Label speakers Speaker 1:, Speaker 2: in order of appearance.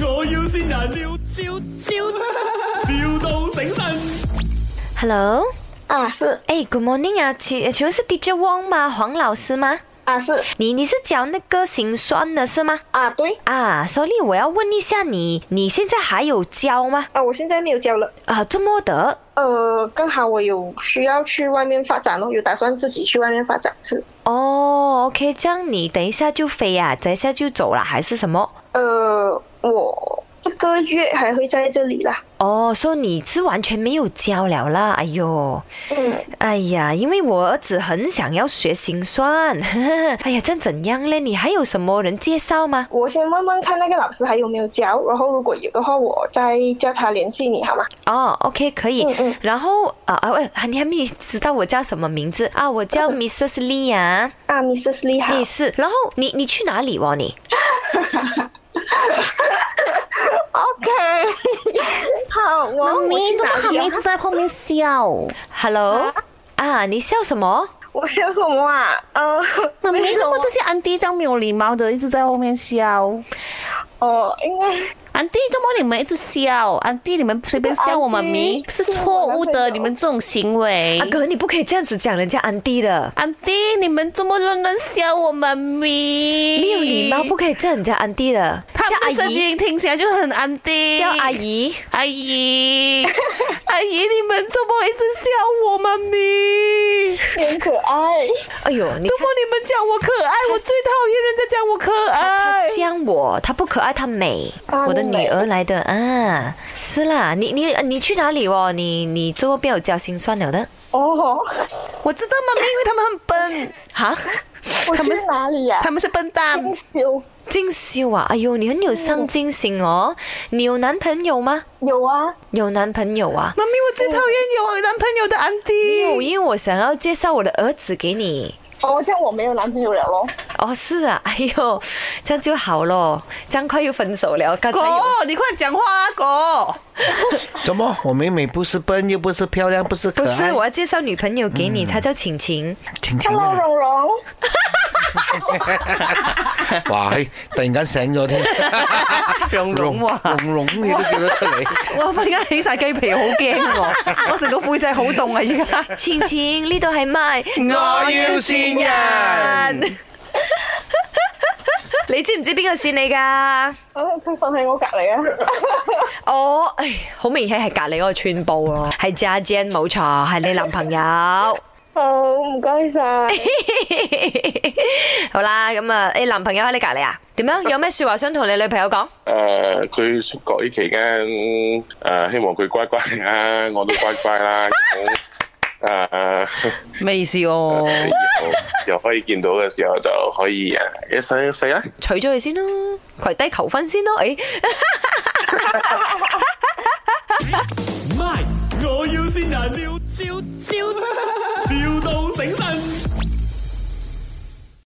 Speaker 1: 要先人，笑笑笑，,笑到醒神。
Speaker 2: Hello，
Speaker 3: 啊，是
Speaker 2: 哎、g o o d morning 啊，请请问是 DJ Wong 吗？黄老师吗？
Speaker 3: 啊，是
Speaker 2: 你你是教那个心算的是吗？
Speaker 3: 啊，对
Speaker 2: 啊，sorry，我要问一下你，你现在还有教吗？
Speaker 3: 啊，我现在没有教了。
Speaker 2: 啊，这么的，
Speaker 3: 呃，刚好我有需要去外面发展咯，有打算自己去外面发展是。
Speaker 2: 哦，OK，这样你等一下就飞啊，等一下就走了还是什么？
Speaker 3: 呃，我这个月还会在这里啦。
Speaker 2: 哦，说你是完全没有教了啦，哎呦，
Speaker 3: 嗯，
Speaker 2: 哎呀，因为我儿子很想要学心算， 哎呀，这样怎样嘞？你还有什么人介绍吗？
Speaker 3: 我先问问看那个老师还有没有教，然后如果有的话，我再叫他联系你好吗？
Speaker 2: 哦，OK，可以。
Speaker 3: 嗯嗯
Speaker 2: 然后啊啊喂，啊你还没知道我叫什么名字啊？我叫 Mrs. Lee 啊，
Speaker 3: 啊，Mrs. Lee 好
Speaker 2: 也。是。然后你你去哪里哦？你
Speaker 3: OK，好，
Speaker 2: 啊
Speaker 3: 我
Speaker 4: 妈
Speaker 3: 我
Speaker 4: 咪，
Speaker 3: 去
Speaker 4: 怎
Speaker 3: 哪
Speaker 4: 么还
Speaker 3: 里
Speaker 4: 没一
Speaker 3: 啊？
Speaker 4: 直在后 面笑？
Speaker 2: ，Hello 啊，你笑什么？
Speaker 3: 我笑什么啊？呃，
Speaker 4: 妈咪，
Speaker 3: 没
Speaker 4: 怎
Speaker 3: 有
Speaker 4: 么这些安迪这样没有礼貌的，一直在后面笑？
Speaker 3: 哦，应该
Speaker 4: 安迪，怎么你们一直笑？安迪，你们随便笑我妈咪
Speaker 3: 安迪
Speaker 4: 是错误
Speaker 3: 是我男朋
Speaker 4: 的，
Speaker 3: 友
Speaker 4: 你们这种行为
Speaker 2: 阿。哥，你不可以这样子讲人家安迪的，
Speaker 4: 安迪，你们怎么乱乱笑我妈咪？
Speaker 2: 没有礼貌，不可以叫人家安迪的，
Speaker 4: 他
Speaker 2: 叫
Speaker 4: 们的
Speaker 2: 阿
Speaker 4: 声
Speaker 2: 姨，
Speaker 4: 音听起来就很安迪。
Speaker 2: 叫阿姨。
Speaker 4: 阿姨，阿姨，你们怎么一直笑我妈咪？
Speaker 3: 很可爱。
Speaker 2: 哎呦，你
Speaker 4: 怎
Speaker 2: 看
Speaker 4: 么你们讲我可爱？我最讨厌人家讲我可
Speaker 2: 她
Speaker 4: 爱。
Speaker 2: 像我，她不可爱，她美，
Speaker 3: 啊
Speaker 2: 我的
Speaker 3: 你
Speaker 2: 女
Speaker 3: 美
Speaker 2: 儿来的啊。是啦，你你你去哪里哦？你你这么不要交心算了的
Speaker 3: 哦，
Speaker 4: 我知道妈咪，因为他们很笨，
Speaker 2: 哈？
Speaker 3: 我去哪里
Speaker 2: 啊
Speaker 3: 呀、
Speaker 4: 他们是笨 蛋。
Speaker 3: 有
Speaker 2: 金秀啊，哎呦，你很有上进心哦。你有男朋友吗？
Speaker 3: 有啊，
Speaker 2: 有男朋友啊？
Speaker 4: 妈咪，我最讨厌有男朋友的安
Speaker 2: 没有，
Speaker 4: 迪。
Speaker 2: 因为我想要介绍我的儿子给你。
Speaker 3: 哦，这样我没有男朋友了咯。
Speaker 2: 哦，是啊，哎呦，这样就好咯，这样快又分手了，
Speaker 4: 哦
Speaker 2: 刚才有。
Speaker 4: 狗，你快讲话啊， 狗！
Speaker 5: 怎么？我妹妹不是笨，又不是漂亮，不是可
Speaker 2: 不
Speaker 5: 爱，嗯
Speaker 2: 是，我要介绍女朋友给你，她叫晴晴。
Speaker 5: 晴晴
Speaker 3: Hello，
Speaker 5: 啊！
Speaker 3: 蓉蓉，
Speaker 5: 哇，嘿突然間醒咗添，
Speaker 4: 蓉蓉
Speaker 5: 蓉
Speaker 4: 喎，
Speaker 5: 蓉蓉你都叫得出嚟，
Speaker 4: 我忽然間起晒雞皮，好驚 我，我成個背脊好凍啊！而家
Speaker 2: 晴晴呢度係咪？
Speaker 4: 嗯
Speaker 5: 我要線人。
Speaker 2: 你知唔知邊個線你㗎？
Speaker 3: 啊，佢瞓喺我隔離啊。
Speaker 2: 我唉，哎好明顯係隔離嗰個村部咯，係 j a j a n 冇錯，係你男朋友。
Speaker 3: 好，唔該晒。
Speaker 2: 好啦，咁啊，你男朋友喺你隔離啊？點樣？有咩说話想同你女朋友講？
Speaker 6: 誒呃佢出國呢期間誒、希望佢乖乖啦，我都乖乖啦。咁誒
Speaker 4: 咩意思哦
Speaker 6: 以後 又可以見到嘅時候就可以呃誒一世一世啦。
Speaker 2: 娶咗佢先咯，跪低求婚先咯，诶、
Speaker 1: My，我要先人，笑笑笑，